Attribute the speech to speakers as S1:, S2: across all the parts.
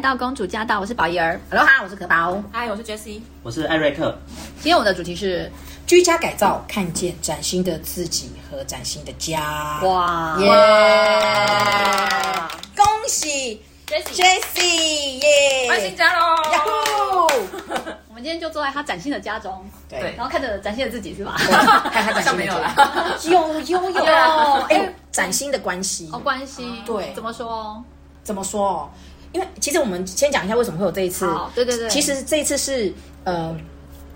S1: 到《公主驾到》，我是宝仪儿，Hello 哈，我是可宝。
S2: 嗨，我是 Jessie。
S3: 我是艾瑞克，
S1: 今天我们的主题是
S4: 居家改造，看见崭新的自己和崭新的家。
S1: 哇
S4: 耶
S2: 哇
S4: 恭喜
S2: Jessie，
S4: Jessie 耶！
S2: 搬新家喽！
S4: 呀呼！
S1: 我们今天就坐在他崭新的家中，
S4: 对，
S1: 然后看着崭新的自己是吧？
S4: 看
S2: 好
S4: 他崭
S2: 像
S4: 新
S2: 没
S4: 的
S2: 有
S4: 家。
S2: 啦。
S4: 有有有，
S2: 对啊
S4: 哎，崭新的关系
S1: 哦，关系
S4: 对
S1: 怎么说？
S4: 怎么说哦？因为其实我们先讲一下为什么会有这一次
S1: 好，对对对
S4: 其实这一次是呃，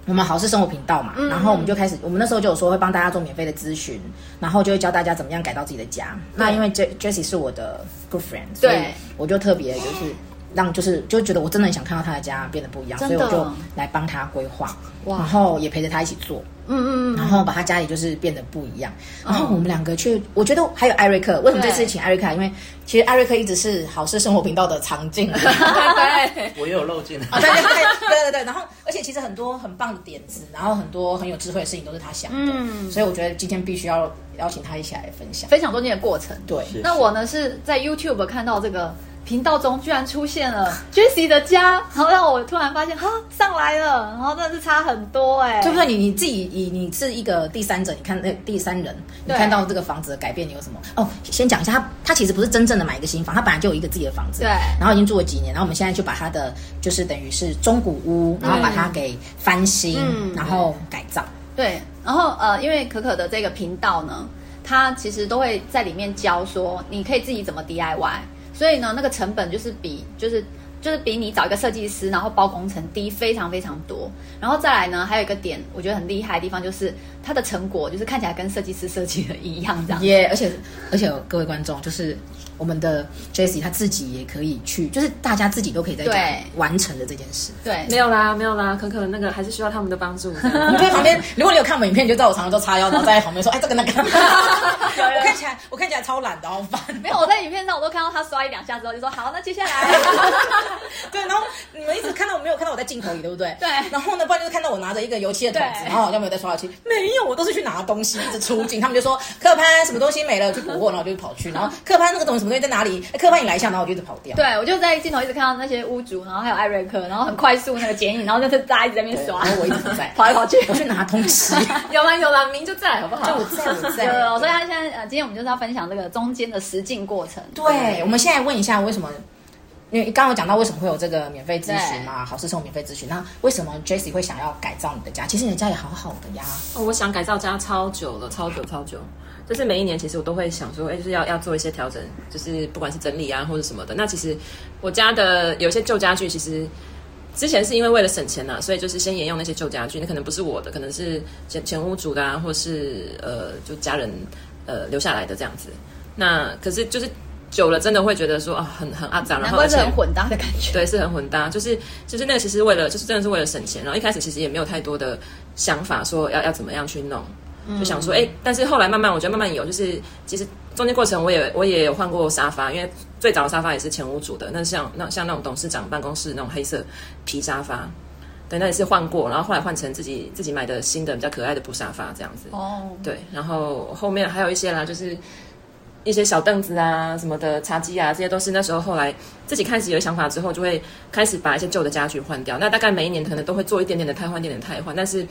S4: 我们好事生活频道
S1: 嗯
S4: 嘛，然后我们就开始，我们那时候就有说会帮大家做免费的咨询，然后就会教大家怎么样改造自己的家。那因为 J Jessie 是我的 good friend，所以
S1: 对
S4: 我就特别就是。让就是就觉得我真的很想看到他的家变得不一样，
S1: 真
S4: 所
S1: 的
S4: 以我就来帮他规划，
S1: 哇
S4: 然后也陪着他一起做，
S1: 嗯嗯
S4: 然后把他家里就是变得不一样。然后我们两个去，我觉得还有艾瑞克，为什么这次请艾瑞克啊来？因为其实艾瑞克一直是好事生活频道的常进。
S2: 对对，
S3: 我也有漏进。
S4: 啊，对对对对对对，然后而且其实很多很棒的点子，然后很多很有智慧的事情都是他想的，
S1: 嗯
S4: 所以我觉得今天必须要邀请他一起来分享。
S1: 分享中间的过程。
S4: 对，
S3: 是
S1: 那我呢是在 YouTube 看到这个频道中居然出现了 Jessie 的家，然后让我突然发现哈上来了，然后真的是差很多哎、
S4: 对不对？你你自己以你是一个第三者，你看那第三人，你
S1: 对
S4: 看到这个房子的改变，你有什么？哦，先讲一下，他他其实不是真正的买一个新房，他本来就有一个自己的房子，
S1: 对
S4: 然后已经住了几年，然后我们现在就把他的就是等于是中古屋，然后把它给翻新，
S1: 嗯
S4: 然后改造，
S1: 对，然后呃，因为可可的这个频道呢，它其实都会在里面教说你可以自己怎么 DIY，所以呢，那个成本就是比就是就是比你找一个设计师然后包工程低非常非常多。然后再来呢，还有一个点我觉得很厉害的地方就是它的成果就是看起来跟设计师设计的一样 这样。
S4: 耶、而且而且各位观众就是。我们的 Jessie 他自己也可以去，就是大家自己都可以在家
S1: 对
S4: 完成的这件事。
S1: 对，
S2: 没有啦，没有啦，可可那个还是需要他们的帮助。
S4: 我就在旁边，如果你有看我们影片，你就知道我常常都叉腰，然后站在旁边说：“哎，这 个那个。”我看起来，我看起来超懒的，好烦。
S1: 没有，我在影片上我都看到他刷一两下之后就说好，那接下来
S4: 对，然后你们一直看到我没有看到我在镜头里，对不对？
S1: 对
S4: 然后呢，不然就是看到我拿着一个油漆的桶子，
S1: 对
S4: 然后好像没有在刷油漆，没有，我都是去拿东西，一直出镜。他们就说：“克潘什么东西没了，去补货。”然后我就跑去，然后克潘那个东西什么东西在哪里？哎克潘你来一下，然后我就一直跑掉。
S1: 对我就在镜头一直看到那些屋主，然后还有艾瑞克，然后很快速那个剪影，然后就是大家一直在那边刷，
S4: 然后我一直不在
S1: 跑来跑去。
S4: 我去拿东 西，
S2: 有啦有啦，明就在好不好？
S4: 就我在我在
S1: 有。有有，所以他现在呃，今天我们就是要分享这个中间的实境过程。
S4: 对，我们现在问一下为什么？因为刚刚有讲到为什么会有这个免费咨询嘛，好事生活免费咨询。那为什么 Jessie 会想要改造你的家？其实你的家也好好的呀。
S2: 哦，我想改造家超久了，超久超久。就是每一年，其实我都会想说，哎、就是要要做一些调整，就是不管是整理啊或者什么的。那其实我家的有些旧家具，其实之前是因为为了省钱呐、所以就是先沿用那些旧家具，那可能不是我的，可能是前前屋主的啊，或是呃就家人呃留下来的这样子。那可是就是久了，真的会觉得说啊、很很肮脏，
S1: 难
S2: 然后
S1: 怪
S2: 而
S1: 是
S2: 且
S1: 很混搭的感觉。
S2: 对，是很混搭，就是就是那个其实为了就是真的是为了省钱，然后一开始其实也没有太多的想法说要要怎么样去弄，就想说哎、但是后来慢慢我觉得慢慢有，就是其实中间过程我也我也有换过沙发，因为最早的沙发也是前屋主的，那像那像那种董事长办公室那种黑色皮沙发。对，那也是换过，然后后来换成自己自己买的新的比较可爱的布沙发这样子。
S1: 哦，
S2: 对，然后后面还有一些啦，就是一些小凳子啊、什么的茶几啊，这些都是那时候后来自己开始有想法之后，就会开始把一些旧的家具换掉。那大概每一年可能都会做一点点的汰换，一点点汰换，但是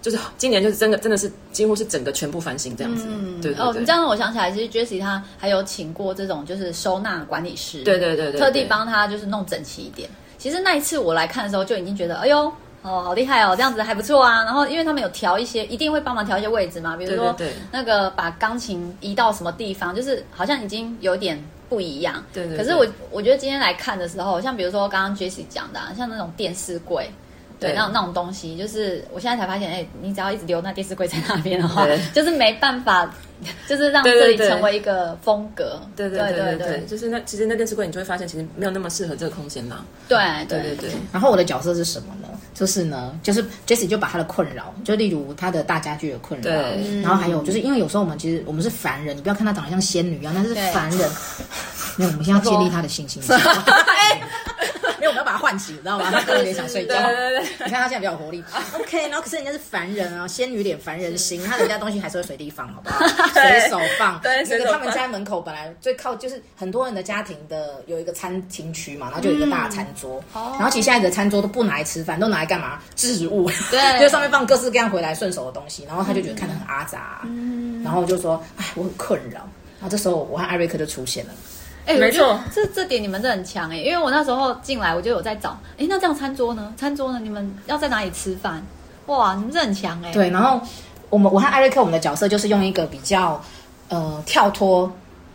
S2: 就是今年就是真的真的是几乎是整个全部翻新这样子。对对
S1: 哦，
S2: 对
S1: 你这，样让我想起来，其实 Jessie 她还有请过这种就是收纳管理师，
S2: 对对对对对
S1: 特地帮她就是弄整齐一点。其实那一次我来看的时候，就已经觉得，哎呦，哦，好厉害哦，这样子还不错啊。然后因为他们有调一些，一定会帮忙调一些位置嘛，比如说
S2: 对对对
S1: 那个把钢琴移到什么地方，就是好像已经有点不一样。
S2: 对对对
S1: 可是我我觉得今天来看的时候，像比如说刚刚 Jessie 讲的啊、像那种电视柜。对，
S2: 对
S1: 那种那种东西，就是我现在才发现，哎、你只要一直留那电视柜在那边的话
S2: 对，
S1: 就是没办法，就是让
S2: 对
S1: 这
S2: 对
S1: 里
S2: 对
S1: 成为一个风格。
S2: 对对
S1: 对
S2: 对
S1: 对
S2: 对对，就是那其实那电视柜你就会发现，其实没有那么适合这个空间啦。
S1: 对
S2: 对对对，
S4: 然后我的角色是什么呢？就是呢，就是 Jessie 就把她的困扰，就例如她的大家具的困扰
S2: 对，
S4: 然后还有就是因为有时候我们其实我们是凡人，你不要看她长得像仙女一样，但是
S1: 对 哎
S4: 凡人，没有，我们先要建立她的信心。没有，我们要把她唤唤起，你知道 吗？他根本有点想睡觉。
S2: 对对对
S4: 你看他现在比较有活力。OK，然后可是人家是凡人啊，仙女脸凡人心，他人家东西还是会随地放，好 不好？
S2: 对
S4: 随手放。
S2: 对随
S4: 那
S2: 手
S4: 个
S2: 放
S4: 他们家门口本来最靠就是很多人的家庭的有一个餐厅区嘛，然后就有一个大餐桌，
S1: 哦
S4: 然后其实现在的餐桌都不拿来吃饭，都拿来干嘛？置物。
S1: 对
S4: 就上面放各式各样回来顺手的东西，然后他就觉得看得很阿杂，啊然后我就说，哎，我很困扰。然后这时候我和艾瑞克就出现了。
S1: 哎、
S2: 没错
S1: 我觉得这这点你们真的很强哎、因为我那时候进来我就有在找，哎、那这样餐桌呢？餐桌呢？你们要在哪里吃饭？哇，你们这很强哎、
S4: 对，然后我们我和艾瑞克我们的角色就是用一个比较呃跳脱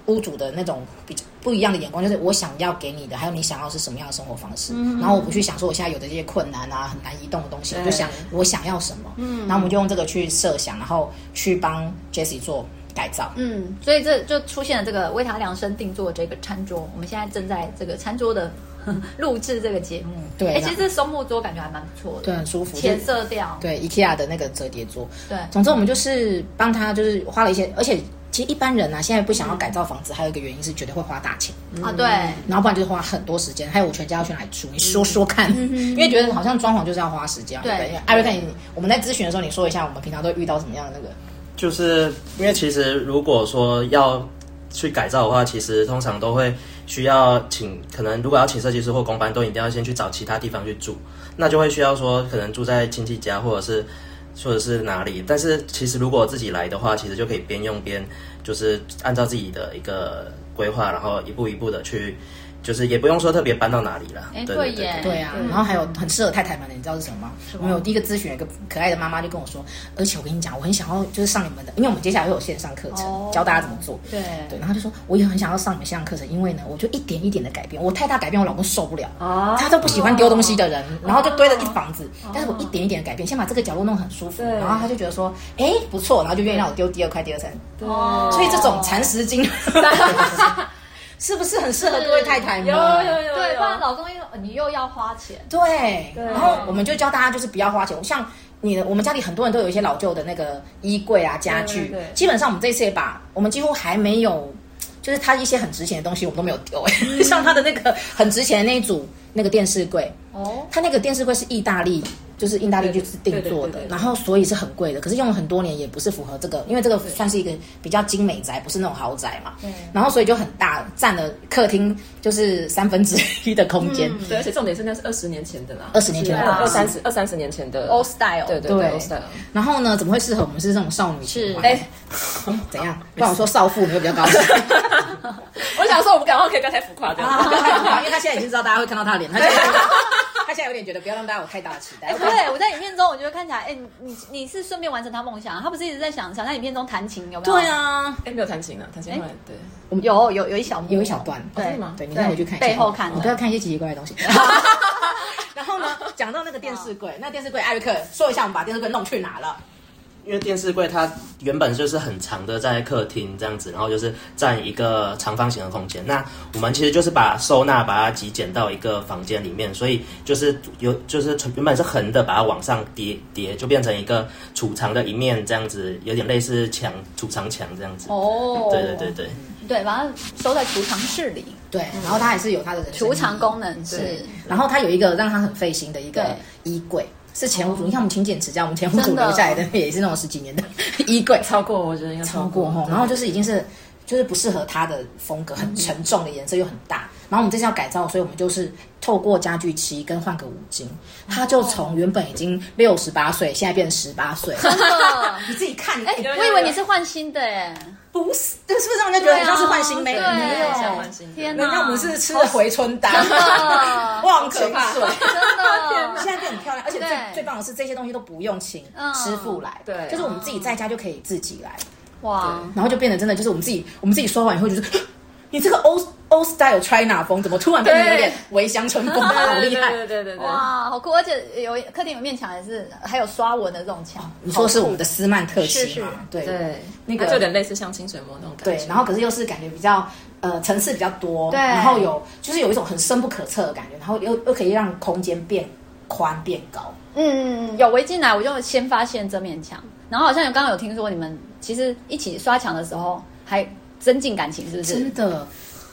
S4: 屋主的那种比较不一样的眼光，就是我想要给你的，还有你想要是什么样的生活方式，
S1: 嗯
S4: 然后我不去想说我现在有的这些困难啊，很难移动的东西，我就想我想要什么，嗯，然后我们就用这个去设想，然后去帮 Jesse 做改造。
S1: 嗯，所以这就出现了这个为他量身定做的这个餐桌。我们现在正在这个餐桌的 呵呵录制这个节目。
S4: 对
S1: 哎、其实这松木桌感觉还蛮不错的，
S4: 对，很舒服。
S1: 浅
S4: 就
S1: 色调，
S4: 对 IKEA 的那个折叠桌，
S1: 对，
S4: 总之我们就是帮他，就是花了一些，而且其实一般人啊，现在不想要改造房子，还有一个原因是觉得会花大钱。
S1: 啊对，
S4: 然后不然就是花很多时间，还有我全家要去哪里住，你说说看， 因为觉得好像装潢就是要花时间，啊
S1: 对
S4: 对不对？因为艾瑞克，你我们在咨询的时候，你说一下我们平常都遇到什么样的那个？
S3: 就是因为其实如果说要去改造的话，其实通常都会需要请，可能如果要请设计师或工班，都一定要先去找其他地方去住，那就会需要说可能住在亲戚家或者是或者是哪里。但是其实如果自己来的话，其实就可以边用边就是按照自己的一个规划，然后一步一步的去，就是也不用说特别搬到哪里了。
S1: 哎对
S3: 对对对
S1: 耶
S3: 对
S4: 对啊，然后还有很适合太太们的，你知道是什么吗？我们有第一个咨询，有一个可爱的妈妈就跟我说，而且我跟你讲，我很想要就是上你们的，因为我们接下来会有线上课程，
S1: 哦
S4: 教大家怎么做。
S1: 对
S4: 对，然后她就说我也很想要上你们线上课程，因为呢，我就一点一点的改变，我太大改变，我老公受不了。
S2: 哦
S4: 他都不喜欢丢东西的人，然后就堆了一房子。但是我一点一点的改变，先把这个角落弄很舒服，
S2: 对
S4: 然后他就觉得说，哎，不错，然后就愿意让我丢第二块、第二层。
S2: 对
S1: 哦
S4: 所以这种蚕 食精，是不是很适合各位太太
S2: 有
S4: 们？
S2: 有有
S1: 对，
S2: 有
S1: 不然老公又你又要花钱，
S4: 对，
S2: 对
S4: 然后我们就教大家就是不要花钱，像你的我们家里很多人都有一些老旧的那个衣柜啊、家具，
S2: 对对对
S4: 基本上我们这次也把我们几乎还没有，就是它一些很值钱的东西我们都没有丢、哎
S2: 嗯
S4: 像它的那个很值钱的那一组那个电视柜，
S1: 哦，
S4: 它那个电视柜是意大利，就是意大利去
S2: 对
S4: 定
S2: 对对
S4: 做
S2: 对
S4: 的
S2: 对，
S4: 然后所以是很贵的，可是用了很多年也不是符合这个，因为这个算是一个比较精美宅，不是那种豪宅嘛
S1: 对，
S4: 然后所以就很大，占了客厅就是三分之一的空间。
S2: 对，而且重点是那是二十年前的啦，
S4: 20年前
S2: 嗯
S4: 的
S2: 是
S4: 啊
S2: 二二三十二三十年前的
S1: old style
S2: 对对
S4: 对
S2: 对，old style
S4: 然后呢，怎么会适合我们是这种少女情怀？
S1: 是
S4: 哎，怎样？不然我说少妇，你会比 较高兴。
S2: 我想说，我们赶快可以不要太浮夸这样
S4: 因
S2: 啊
S4: 为他现在已经知道大家会看到他的脸，他现在 有点他现在有点觉得不要让大家有太大的期待。
S1: 对，哎我在影片中，我觉得看起来，哎、你你你是顺便完成他梦想，他不是一直在想想在影片中弹琴，有没有？
S4: 对，啊，
S2: 哎，没有弹琴啊，弹琴后来对，
S1: 有有有一小幕
S4: 有一小段，
S1: 对、
S2: 吗
S4: 对，你再回去看一下，
S1: 背后看
S4: 你
S1: 的
S4: 不要看一些奇奇怪 怪的东西。然后呢，讲到那个电视柜，那电视柜，艾瑞克说一下，我们把电视柜弄去哪了？
S3: 因为电视柜它原本就是很长的，在客厅这样子，然后就是占一个长方形的空间。那我们其实就是把收纳把它极简到一个房间里面，所以就是有就是原本是横的，把它往上叠叠，就变成一个储藏的一面这样子，有点类似墙储藏墙这样子。
S1: 哦，
S3: 对对对对，
S1: 对，把它收在储藏室里，
S4: 对，然后它还是有它的人
S1: 嗯
S4: 生
S1: 储
S4: 意
S1: 藏
S4: 义
S1: 功能是
S4: 对，然后他有一个让他很费心的一
S1: 对哦
S4: 个衣柜，是前屋主。你看我们勤俭持家，我们前屋主
S1: 真的
S4: 留下来的也是那种十几年的 衣柜，
S2: 超过我觉得应该
S4: 超过哈。然后就是已经是就是不适合他的风格，很沉重的颜色又很大。然后我们这次要改造，所以我们就是透过家具漆跟换个五金，他就从原本已经六十八岁，现在变十八岁。
S1: 真的。
S4: 你自己看，
S1: 哎、
S4: 哎、
S2: 有
S1: 我以为你是换新的哎、
S4: 不是，这是不是让人家觉得很像是换新梅？
S1: 对
S4: 没有
S2: 像换新的
S1: 天哪，
S4: 人家我 们是吃了回春丹，
S1: 的
S4: 忘情水。
S1: 真的
S4: 现在变很漂亮，而且最
S1: 对
S4: 最棒的是这些东西都不用请
S1: 嗯
S4: 师傅来，
S2: 对
S4: 就是我们自己在家就可以自己来，
S1: 哇，
S4: 然后就变得真的就是我们自己，我们自己刷完以后就是， 呵你这个 old old style China 风怎么突然变得有点微乡村风，啊好
S2: 对
S4: 厉
S2: 对
S4: 害！
S2: 对对对对，
S1: 哇，好酷！而且有客厅有面墙也是，还有刷纹的这种墙。
S4: 哦你说是我们的斯曼特期吗
S1: 是是？
S4: 对
S2: 对，
S4: 那个
S2: 它就有点类似像清水模那种感
S4: 对
S2: 觉，，
S4: 然后可是又是感觉比较呃层次比较多，
S1: 对
S4: 然后有就是有一种很深不可测的感觉，然后又又可以让空间变宽变高，
S1: 嗯，有围进来我就先发现这面墙，然后好像有刚刚有听说你们其实一起刷墙的时候还增进感情，是不是？
S4: 真的，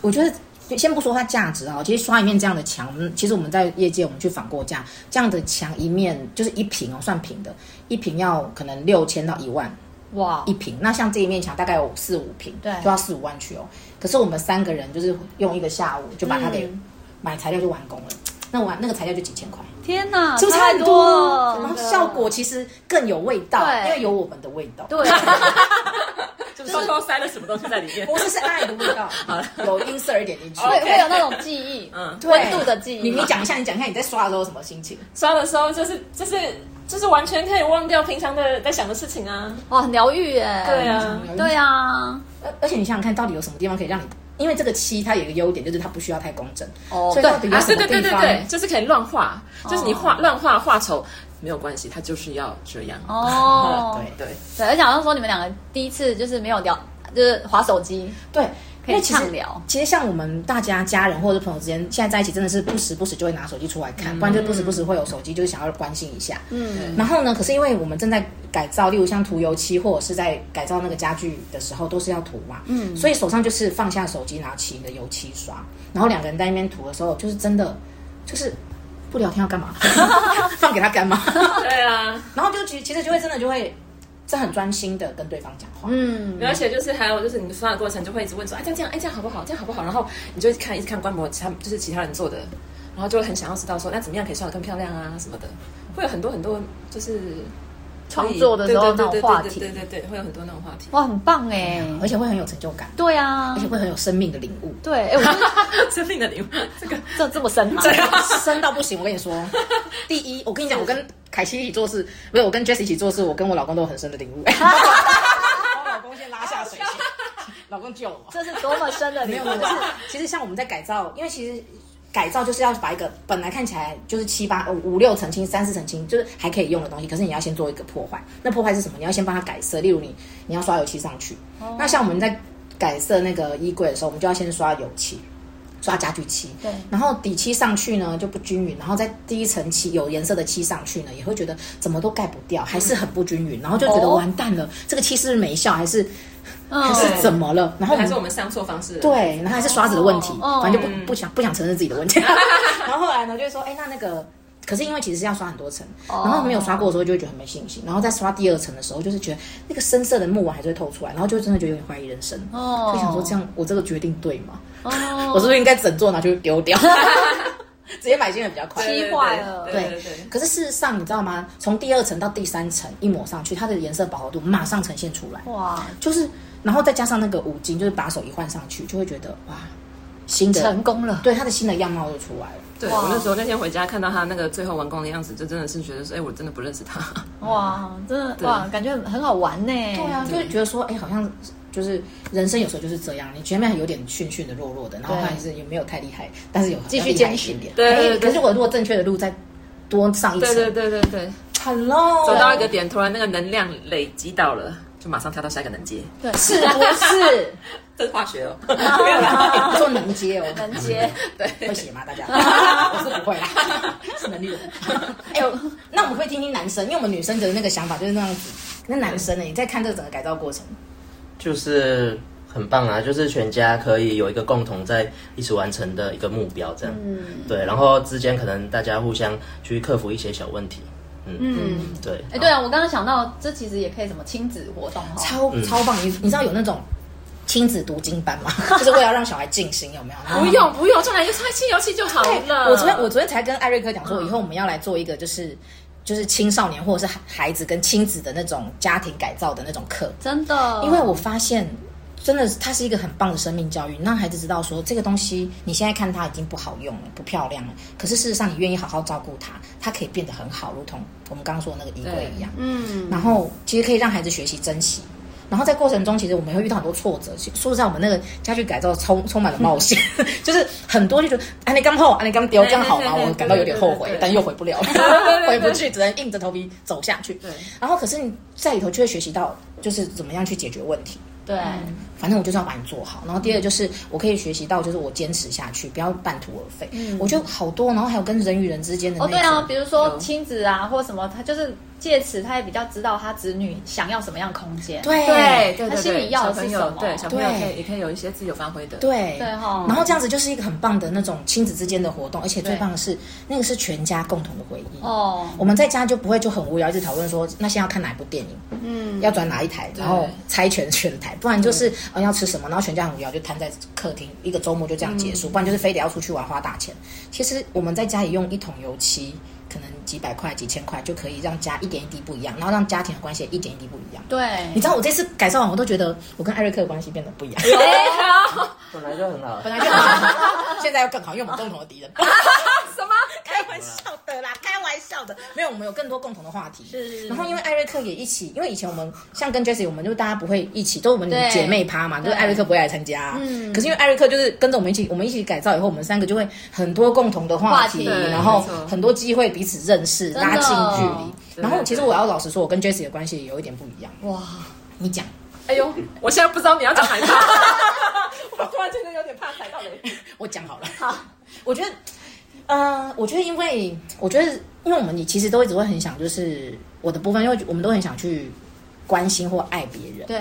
S4: 我觉得就先不说它价值啊，其实刷一面这样的墙，我们其实我们在业界我们去访过价，这样的墙一面就是一平哦，算平的，一平要可能六千到一万
S1: 哇
S4: 一，平，那像这一面墙大概有四五平，
S1: 对
S4: 就要四五万去哦。可是我们三个人就是用一个下午就把它给
S1: 嗯
S4: 买材料就完工了，那完那个材料就几千块。
S1: 天哪，
S4: 是不是
S1: 差
S4: 差
S1: 啊太
S4: 很
S1: 多
S4: 多？然
S1: 了
S4: 后效果其实更有味道，
S1: 对
S4: 因为有我们的味道。
S1: 对，
S2: 就是偷偷塞了什么东西在里 面。
S4: 不是是爱的味 道，有音色一点进去。
S1: 会会有那种记忆，
S2: 嗯
S4: 对
S1: 哦温度的记忆。
S4: 你你讲一下，你讲一下你在刷的时候什么心情？
S2: 刷的时候就是就是就是完全可以忘掉平常的在想的事情啊。
S1: 哇，很疗愈耶。
S2: 对啊，
S1: 对啊，
S4: 而而且你想想看，到底有什么地方可以让你？因为这个漆它有一个优点，就是它不需要太工整，
S1: 哦
S4: 所以到底有
S2: 啊，
S4: 什
S2: 对
S4: 么
S2: 对对
S4: 地
S2: 对
S4: 方？
S2: 对，就是可以乱画，就是你画乱画画丑没有关系，它就是要这样。
S1: 哦，
S2: 对，
S1: 对，而且好像说你们两个第一次就是没有聊，就是划手机，
S4: 对，
S1: 可
S4: 因为
S1: 以
S4: 其实
S1: 畅聊。
S4: 其实像我们大家家人或者是朋友之间，现在在一起真的是不时不时就会拿手机出来看，不然就不时不时会有手机，就是想要关心一下。
S1: 嗯，
S4: 然后呢，可是因为我们正在改造，例如像涂油漆或者是在改造那个家具的时候，都是要涂嘛，嗯，所以手上就是放下手机，然后起一个油漆刷，然后两个人在那边涂的时候，就是真的就是不聊天要 干嘛，放给他干嘛，
S2: 对啊，
S4: 然后就其其实就会真的就会。这很专心的跟对方讲话，
S1: 嗯，
S2: 而且就是还有就是你刷的过程就会一直问说，哎这样这样，哎这样好不好？这样好不好？然后你就一直看一直看观摩其他就是其他人做的，然后就会很想要知道说那怎么样可以刷的更漂亮啊什么的，会有很多很多就是
S1: 创作的时候那
S2: 对对对
S1: 种话
S2: 对对
S1: 题，
S2: 对对对，会有很多那种话题。
S1: 哇，很棒哎。
S4: 而且会很有成就感，
S1: 对啊
S4: 而，且会很有生命的领悟，
S1: 对，哎，我就是
S2: 生命的礼物，这个
S1: 这这么 深啊。
S4: 深到不行。我跟你说，第一，我跟你讲，我跟凯西一起做事，不是我跟 Jess 一起做事，我跟我老公都有很深的领悟。 我老公先拉下水先，老公救我。
S1: 这是多么深的
S4: 没
S1: 领
S4: 有，
S1: 悟
S4: 没有，就是其实像我们在改造，因为其实改造就是要把一个本来看起来就是七八哦五五六层轻、三四层轻，就是还可以用的东西，可是你要先做一个破坏。那破坏是什么？你要先帮它改色，例如你你要刷油漆上去。
S1: 哦
S4: 那像我们在改色那个衣柜的时候，我们就要先刷油漆。刷家具漆，
S1: 对
S4: 然后底漆上去呢就不均匀，然后在第一层漆有颜色的漆上去呢，也会觉得怎么都盖不掉，还是很不均匀，然后就觉得
S1: 嗯哦
S4: 完蛋了，这个漆是不是没效，还是还
S1: 嗯，
S4: 是怎么了？然后我
S2: 还
S4: 们
S2: 是我们上错方式了。
S4: 对，然后还是刷子的问题，
S1: 哦哦
S4: 反正就不不想不想承认自己的问题。然后后来呢，就会说，哎，那那个，可是因为其实是要刷很多层，然后没有刷过的时候就会觉得很没信心，然后在刷第二层的时候，就是觉得那个深色的木纹还是会透出来，然后就真的觉得有点怀疑人生，
S1: 哦
S4: 就想说这样我这个决定对吗？
S1: 哦
S4: 我是不是应该整座拿去丢掉， 直接买新的比较快？
S2: 对，
S1: 气坏了
S2: 对对对。
S4: 可是事实上，你知道吗？从第二层到第三层一抹上去，它的颜色饱和度马上呈现出来。
S1: 哇，
S4: 就是，然后再加上那个五金，就是把手一换上去，就会觉得哇，新的
S1: 成功了。
S4: 对他的新的样貌就出来了。
S2: 对
S1: 哇
S2: 我那时候那天回家看到他那个最后完工的样子，就真的是觉得说，哎、我真的不认识他。
S1: 哇，真的
S2: 对
S1: 哇，感觉很好玩呢。对
S4: 对啊，就会觉得说，哎，好像就是人生有时候就是这样，你前面有点逊逊的、弱弱的，然后
S1: 对
S4: 还是也没有太厉害，但是有
S1: 继续
S4: 很厉害
S1: 坚持
S4: 一点点。
S2: 对对对
S4: 哎可是我如果正确的路再多上一层
S2: 对对对对对，
S1: 哦
S4: ，Hello，
S2: 走到一个点，突然那个能量累积到了，就马上跳到下一个能阶。
S1: 对，
S4: 是不是？
S2: 这是化学哦。
S4: 做能接哦，
S1: 能接。
S4: 会写吗？大家？我是不会啦， 是能力人。哎呦，那我们会听听男生，因为我们女生的那个想法就是那样子。那男生呢？你在看这个整个改造过程，
S3: 就是很棒啊，就是全家可以有一个共同在一起完成的一个目标，这样。对，然后之间可能大家互相去克服一些小问题。嗯
S1: 嗯，
S3: 对。
S1: 哎，对啊，我刚刚想到，这其实也可以什么亲子活动哦哈。
S4: 超超棒！你你知道有那种亲子读经 班吗？就是为了让小孩静心，有没有？
S2: 不。用不用，就来一擦漆油漆就好了。
S4: 我昨天我昨天才跟艾瑞克讲说，以后我们要来做一个就是。就是青少年或者是孩孩子跟亲子的那种家庭改造的那种课，
S1: 真的，
S4: 因为我发现，真的是它是一个很棒的生命教育，让孩子知道说这个东西你现在看它已经不好用了，不漂亮了，可是事实上你愿意好好照顾它，它可以变得很好，如同我们刚刚说的那个衣柜一样。
S1: 嗯，
S4: 然后其实可以让孩子学习珍惜。然后在过程中，其实我们会遇到很多挫折。其说实在，我们那个家具改造充充满了冒险， 就是很多就觉得安利刚后，安利刚丢，这样好
S2: 对
S4: 吗？
S2: 对对
S4: 我感到有点后
S2: 对
S4: 悔
S2: 对对，
S4: 但又回不了了
S2: 对对，
S4: 回不去，只能硬着头皮走下去。
S2: 对
S4: 然后可是你在里头就会学习到，就是怎么样去解决问题。
S1: 对，
S4: 反正我就是要把你做好。然后第二个就是我可以学习到，就是我坚持下去，不要半途而废。我觉得好多，然后还有跟人与人之间的那
S1: 哦
S4: 种
S1: 对啊，比如说亲子啊，或什么，他就是借此他也比较知道他子女想要什么样的空间。
S4: 对
S2: 对对
S1: 他
S2: 对，
S1: 心里要的是
S2: 小朋友
S1: 什么
S2: 对，小朋友
S4: 对
S2: 可以也可以有一些自由发挥的。
S4: 对
S1: 对哦齁
S4: 然后这样子就是一个很棒的那种亲子之间的活动，而且最
S1: 对
S4: 棒的是那个是全家共同的回忆。
S1: 哦，
S4: 我们在家就不会就很无聊，一直讨论说那现在要看哪一部电影，嗯，要转哪一台，然后猜拳选台，不然就是呃要吃什么，然后全家很无聊就瘫在客厅，一个周末就这样结束，不然就是非得要出去玩花大钱。其实我们在家里用一桶油漆，可能几百块、几千块就可以让家一点一滴不一样，然后让家庭的关系也一点一滴不一样。
S1: 对，
S4: 你知道我这次改造完，我都觉得我跟艾瑞克的关系变得不一样，
S3: 啊本来就很好。
S4: 本来就好，现在又更好，因为我们共同的敌人。
S2: 什么？
S4: 开玩笑的啦，开玩笑的。没有，我们有更多共同的话题。
S1: 是是是
S4: 然后因为艾瑞克也一起，因为以前我们像跟 Jessie，我们就大家不会一起，都是我们
S1: 对
S4: 姐妹趴嘛，就是
S1: 对
S4: 艾瑞克不会来参加。嗯。可是因为艾瑞克就是跟着我们一起，我们一起改造以后，我们三个就会很多共同的话
S1: 话题
S4: 题，
S1: 对
S4: 然后
S2: 没错
S4: 很多机会彼此认识，
S1: 真的
S4: 拉近距离。
S2: 对
S4: 然后其实我要老实说，我跟 Jessie 的关系也有一点不一样。
S1: 哇，
S4: 你讲，
S2: 哎呦，我现在不知道你要讲哪一套，我突然间就有点怕踩到雷。
S4: 我讲好了。好， 我觉得，呃，我觉得因为我觉得，因为我们你其实都一直会很想，就是我的部分，因为我们都很想去关心或爱别人。
S1: 对，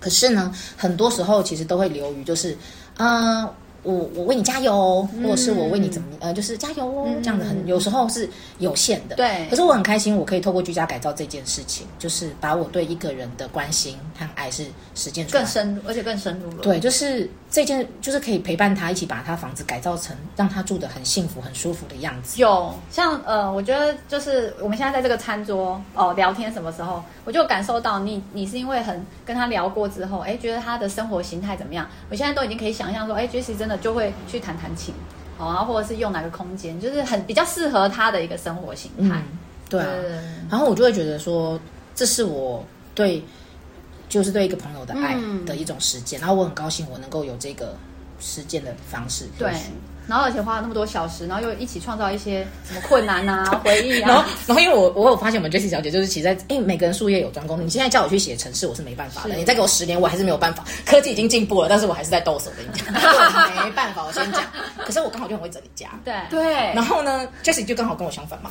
S4: 可是呢，很多时候其实都会流于就是，嗯、我我为你加油哦，或者是我为你怎么
S1: 嗯
S4: 呃，就是加油哦，这样的很有时候是有限的。
S1: 对
S4: 可是我很开心，我可以透过居家改造这件事情，就是把我对一个人的关心和爱是实践出来
S1: 更。深入，而且更深入了。
S4: 对，就是这件，就是可以陪伴他一起把他房子改造成让他住得很幸福、很舒服的样子。
S1: 有像呃，我觉得就是我们现在在这个餐桌哦、聊天，什么时候我就感受到你，你是因为很跟他聊过之后，哎，觉得他的生活形态怎么样？我现在都已经可以想象说，哎，Jesse 真的就会去弹弹琴，好、啊，或者是用哪个空间，就是很比较适合他的一个生活形态。
S4: 嗯，对啊。然后我就会觉得说，这是我对，就是对一个朋友的爱
S1: 嗯
S4: 的一种实践。然后我很高兴我能够有这个实践的方式。
S1: 对
S4: 或许。
S1: 然后而且花了那么多小时，然后又一起创造一些什么困难啊、回忆
S4: 然后
S1: 啊，，
S4: 然后因为我我有发现，我们 Jessie 小姐就是其实在，因为每个人术业有专攻。你现在叫我去写程式，我是没办法的。
S1: 是
S4: 你再给我十年，我还是没有办法。科技已经进步了，但是我还是在抖手跟你 讲，我没办法。我先讲，可是我刚好就很会整理家。
S1: 对
S2: 对
S4: 然后呢，Jessie 就刚好跟我相 反嘛，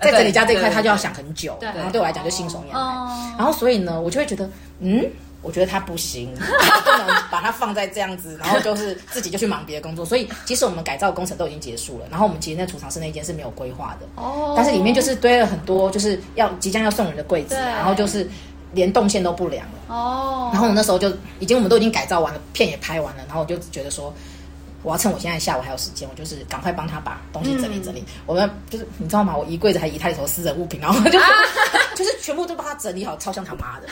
S4: 在整理家这一块，
S2: 对
S4: 他就要想很久，
S1: 对
S4: 然后对我来讲就新手拈
S1: 哦
S4: 来。然后所以呢，我就会觉得，嗯，我觉得他 不行，不能把它放在这样子，然后就是自己就去忙别的工作。所以即使我们改造工程都已经结束了，然后我们其实那储藏室那一间是没有规划的，
S1: 哦
S4: 但是里面就是堆了很多就是要即将要送人的柜子，
S1: 对
S4: 然后就是连动线都不良了。
S1: 哦，
S4: 然后我那时候就已经我们都已经改造完了，片也拍完了，然后我就觉得说，我要趁我现在下午还有时间，我就是赶快帮他把东西整理
S2: 嗯
S4: 整理。我们就是你知道吗？我衣柜子还移他里头私人物品，然后
S2: 啊
S4: 就是、就是全部都帮他整理好，超像他妈的。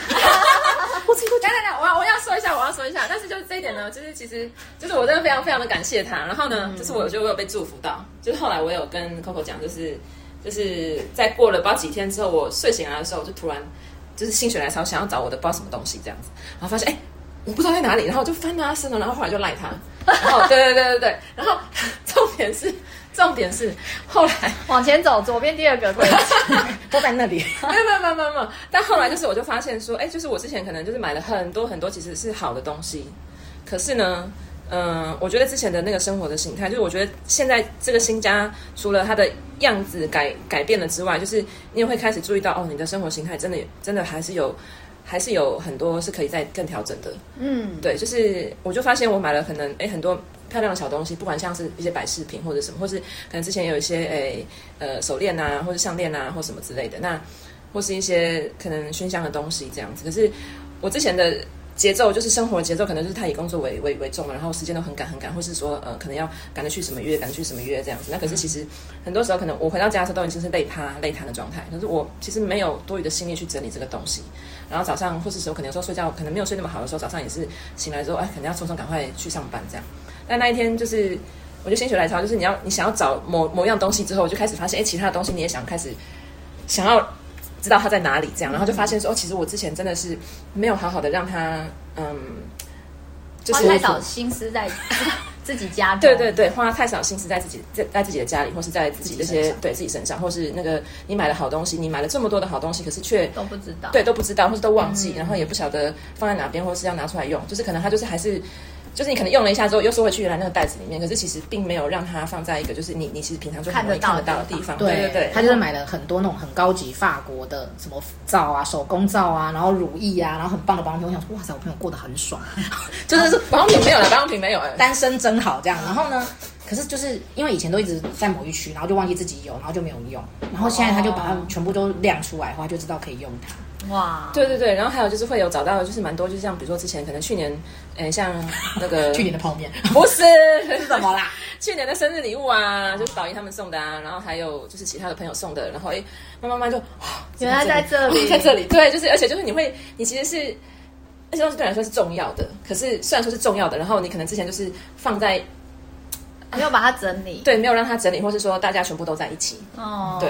S4: 我自己都觉
S2: 等等等，我要我要说一下，我要说一下。但是就是这一点呢，就是其实就是我真的非常非常的感谢他。然后呢，就是我觉得我有被祝福到，就是后来我有跟 Coco 讲，就是就是在过了不知道几天之后，我睡醒来的时候，我就突然就是心血来潮想要找我的不知道什么东西这样子，然后发现哎。我不知道在哪里，然后我就翻到他身上，然后后来就赖他，然后对对对对对，然后 重点是重点是后来
S1: 往前走，左边第二 个柜子，
S4: 得都 在那里。
S2: 没有没有没有没有没有。但后来就是我就发现说，哎、就是我之前可能就是买了很多很多其实是好的东西，可是呢，嗯、我觉得之前的那个生活的形态，就是我觉得现在这个新家除了它的样子改改变了之外，就是你也会开始注意到哦，你的生活形态真的真的还是有。还是有很多是可以再更调整的，
S1: 嗯，
S2: 对，就是我就发现我买了可能诶很多漂亮的小东西，不管像是一些摆饰品或者什么，或是可能之前有一些诶呃手链啊，或者项链啊，或什么之类的，那或是一些可能熏香的东西这样子。可是我之前的节奏就是生活的节奏，可能就是太以工作为为为重了，然后时间都很赶很赶，或是说呃可能要赶着去什么约，赶着去什么约这样子。那可是其实很多时候可能我回到家的时候都已经是累趴累瘫的状态，可是我其实没有多余的心力去整理这个东西。然后早上或是时候可能有时候睡觉可能没有睡那么好的时候，早上也是醒来之后哎可能要匆匆赶快去上班这样。但那一天就是。我就心血来潮，就是你要你想要找某某样东西之后，我就开始发现，哎、其他的东西你也想开始想要知道他在哪里，这样，然后就发现说，哦，其实我之前真的是没有好好的让他，嗯，就
S1: 花
S2: 是
S1: 太少心思在 自己家中，
S2: 对对对，花太少心思在自己在在自己的家里，或是在自己这
S4: 自己身
S2: 些
S4: 上
S2: 对自己身上，或是那个你买了好东西，你买了这么多的好东西，可是却
S1: 都不知道，
S4: 嗯
S2: 对都不知道，或是都忘记，然后也不晓得放在哪边，或是要拿出来用，就是可能他就是还是就是你可能用了一下之后又收回去原来那个袋子里面，可是其实并没有让它放在一个就是你你其实平常就很容易看
S1: 看
S2: 得
S1: 得
S2: 到
S1: 到
S2: 的
S1: 的
S2: 地
S1: 地
S2: 方。
S1: 方
S2: 对对对，
S4: 他就是买了很多那种很高级法国的什么皂啊、手工皂啊，然后乳液啊，然后很棒的保养品。我想说，哇塞，我朋友过得很爽，就是
S2: 保养品没有了，保养品没有哎、
S4: 单身真好这样。然后呢，可是就是因为以前都一直在某一区，然后就忘记自己有，然后就没有用。然后现在他就把它全部都亮出来的话，就知道可以用它。
S1: 哇，
S2: 对对对，然后还有就是会有找到，就是蛮多，就是像比如说之前可能去年，诶、像那个
S4: 去年的泡面
S2: 不是
S4: 是什么啦？
S2: 去年的生日礼物啊，就是宝仪他们送的啊，然后还有就是其他的朋友送的，然后诶，慢慢慢就、啊哇
S1: 原来在这里
S2: 哦 在这里，对，就是而且就是你会，你其实是那些东西对你来说是重要的，可是虽然说是重要的，然后你可能之前就是放在
S1: 没有把它整理。
S2: 对没有让它整理，或是说大家全部都在一起，
S1: 哦，
S2: 对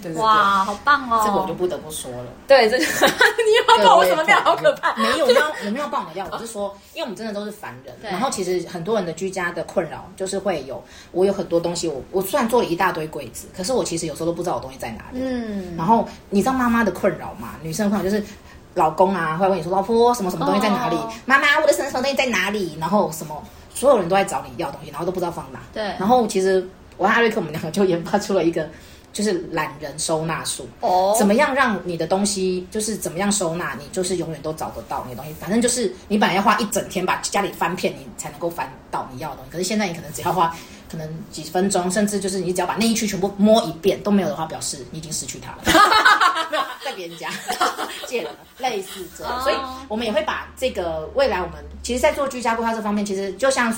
S2: 对对对
S1: 哇，好棒哦！
S4: 这个我就不得不说了。
S2: 对，这 你又要爆我什么料，好可怕！
S4: 没有，没有，我没有爆你料，我是说，因为我们真的都是凡人。
S1: 对
S4: 然后其实很多人的居家的困扰就是会有，我有很多东西，我我虽然做了一大堆柜子，可是我其实有时候都不知道我东西在哪里。
S1: 嗯，
S4: 然后你知道妈妈的困扰吗？女生的困扰就是。老公啊，会问你说老婆什么什么东西在哪里
S1: 哦
S4: 妈妈我的什么什么东西在哪里？然后什么，所有人都在找你要东西，然后都不知道放哪。
S1: 对
S4: 然后其实我和艾瑞克我们两个就研发出了一个就是懒人收纳术。
S1: 哦，
S4: 怎么样让你的东西就是怎么样收纳，你就是永远都找得到你的东西。反正就是你本来要花一整天把家里翻遍，你才能够翻到你要的东西。可是现在你可能只要花可能几分钟，甚至就是你只要把那一区全部摸一遍都没有的话，表示你已经失去它了。没有在别人家 借了，类似这样。
S1: 哦
S4: 所以我们也会把这个未来我们其实，在做居家规划这方面，其实就像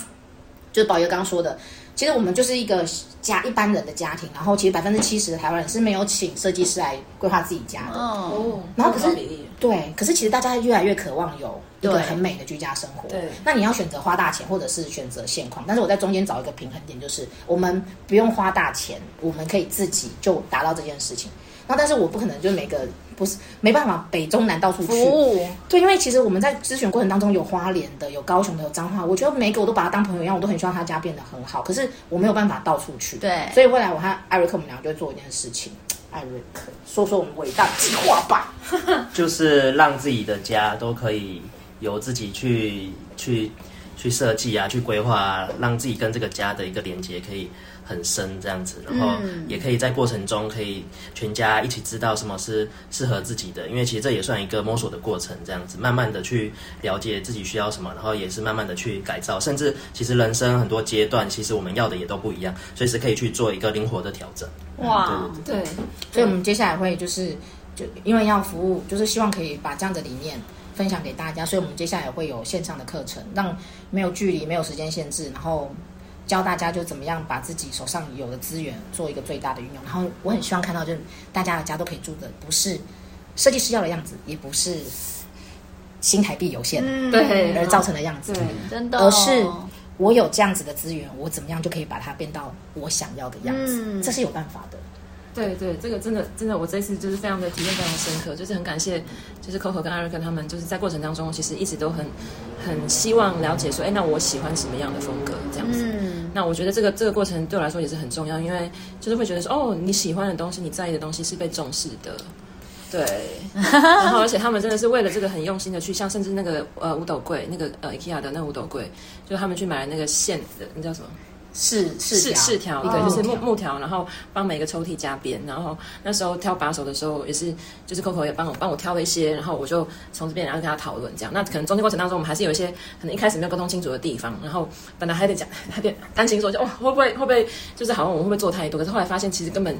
S4: 就是宝爷刚刚说的，其实我们就是一个家一般人的家庭，然后其实百分之七十的台湾人是没有请设计师来规划自己家的。
S1: 嗯，
S2: 哦
S4: 然后可是
S2: 比例
S4: 对，可是其实大家越来越渴望有一个
S1: 对
S4: 很美的居家生活。
S2: 对
S4: 那你要选择花大钱，或者是选择现况。但是我在中间找一个平衡点，就是我们不用花大钱，我们可以自己就达到这件事情。那但是我不可能就每个不是没办法北中南到处去，
S1: 服务
S4: 对，因为其实我们在咨询过程当中，有花莲的，有高雄的，有彰化，我觉得每一个我都把他当朋友一样，我都很希望他家变得很好。可是我没有办法到处去，
S1: 对
S4: 所以未来我和艾瑞克我们俩就会做一件事情。艾瑞克，说说我们伟大的计划吧。
S3: 就是让自己的家都可以由自己去去去设计啊，去规划、啊，让自己跟这个家的一个连接可以很深这样子，然后也可以在过程中可以全家一起知道什么是适合自己的，因为其实这也算一个摸索的过程，这样子慢慢的去了解自己需要什么，然后也是慢慢的去改造，甚至其实人生很多阶段，其实我们要的也都不一样，随时可以去做一个灵活的调整。
S1: 哇，
S3: 对
S2: 对，
S4: 所以我们接下来会就是就因为要服务，就是希望可以把这样的理念分享给大家，所以我们接下来会有线上的课程，让没有距离、没有时间限制，然后教大家就怎么样把自己手上有的资源做一个最大的运用。然后我很希望看到，就是大家的家都可以住的不是设计师要的样子，也不是新台币有限、
S1: 嗯
S2: 对
S4: 而造成的样子。
S2: 对
S1: 真的、哦，
S4: 而是我有这样子的资源，我怎么样就可以把它变到我想要的样子，
S1: 嗯
S4: 这是有办法的。
S2: 对对，这个真的真的，我这次就是非常的体验非常深刻，就是很感谢，就是 Coco 跟 Eric 他们就是在过程当中，其实一直都很很希望了解说，哎，那我喜欢什么样的风格这样子。
S1: 嗯，
S2: 那我觉得这个这个过程对我来说也是很重要，因为就是会觉得说，哦，你喜欢的东西，你在意的东西是被重视的，对。然后而且他们真的是为了这个很用心的去，像甚至那个呃五斗柜，那个呃 IKEA 的那五斗柜，就是他们去买了那个线的，那叫什么？
S4: 是
S2: 是
S4: 是哦
S2: 是条，
S4: 一
S2: 对，
S4: 个
S2: 就是木
S4: 木条
S2: 木条，然后帮每个抽屉加边，然后那时候挑把手的时候也是，就是 Coco 也帮我帮我挑了一些，然后我就从这边然后跟他讨论这样，那可能中间过程当中我们还是有一些可能一开始没有沟通清楚的地方，然后本来还得讲，还得担心说就哦会不会会不会就是好像我们会不会做太多，可是后来发现其实根本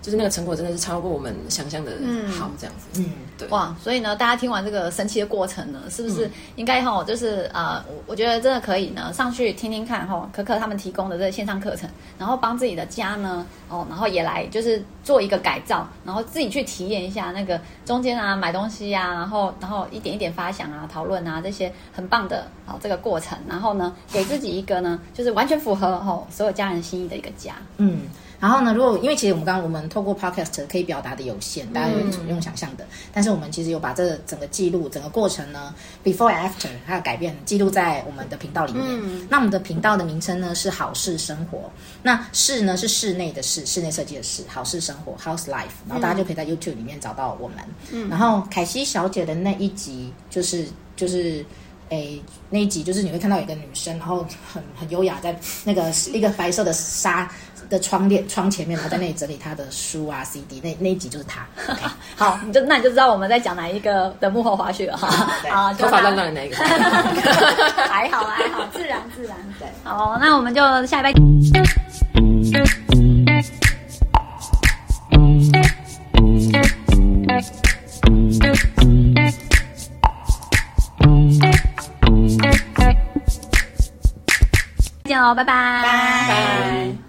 S2: 就是那个成果真的是超过我们想象的好这样子，嗯，对，
S1: 哇，所以呢，大家听完这个神奇的过程呢，是不是应该哈、就是呃，我我觉得真的可以呢，上去听听看哈、可可他们提供的这个线上课程，然后帮自己的家呢，哦，然后也来就是做一个改造，然后自己去体验一下那个中间啊买东西啊，然后然后一点一点发想啊、讨论啊这些很棒的哦这个过程，然后呢，给自己一个呢，就是完全符合哦所有家人心意的一个家，
S4: 嗯，然后呢，如果因为其实我们刚刚我们透过 podcast 可以表达的有限，大家有用想象的，但是我们其实有把这整个记录、整个过程呢，before and after 还有改变记录在我们的频道里面。那我们的频道的名称呢是好事生活，那室呢是室内的室，室内设计的室，好事生活 house life，然后大家就可以在 YouTube 里面找到我们。嗯，然后凯西小姐的那一集就是就是。诶那一集，就是你会看到有一个女生，然后很很优雅，在那个一个白色的纱的窗帘窗前面，然后在那里整理她的书啊 CD，那那一集就是她。OK，
S1: 好，你就那你就知道我们在讲哪一个的幕后花絮了哈。
S4: 对
S1: 好，就
S2: 头发
S1: 那
S2: 乱乱的那一个。
S1: 还好还好，自然自然。对，好，那我们就下一拜见。见哦，拜拜，拜
S4: 拜。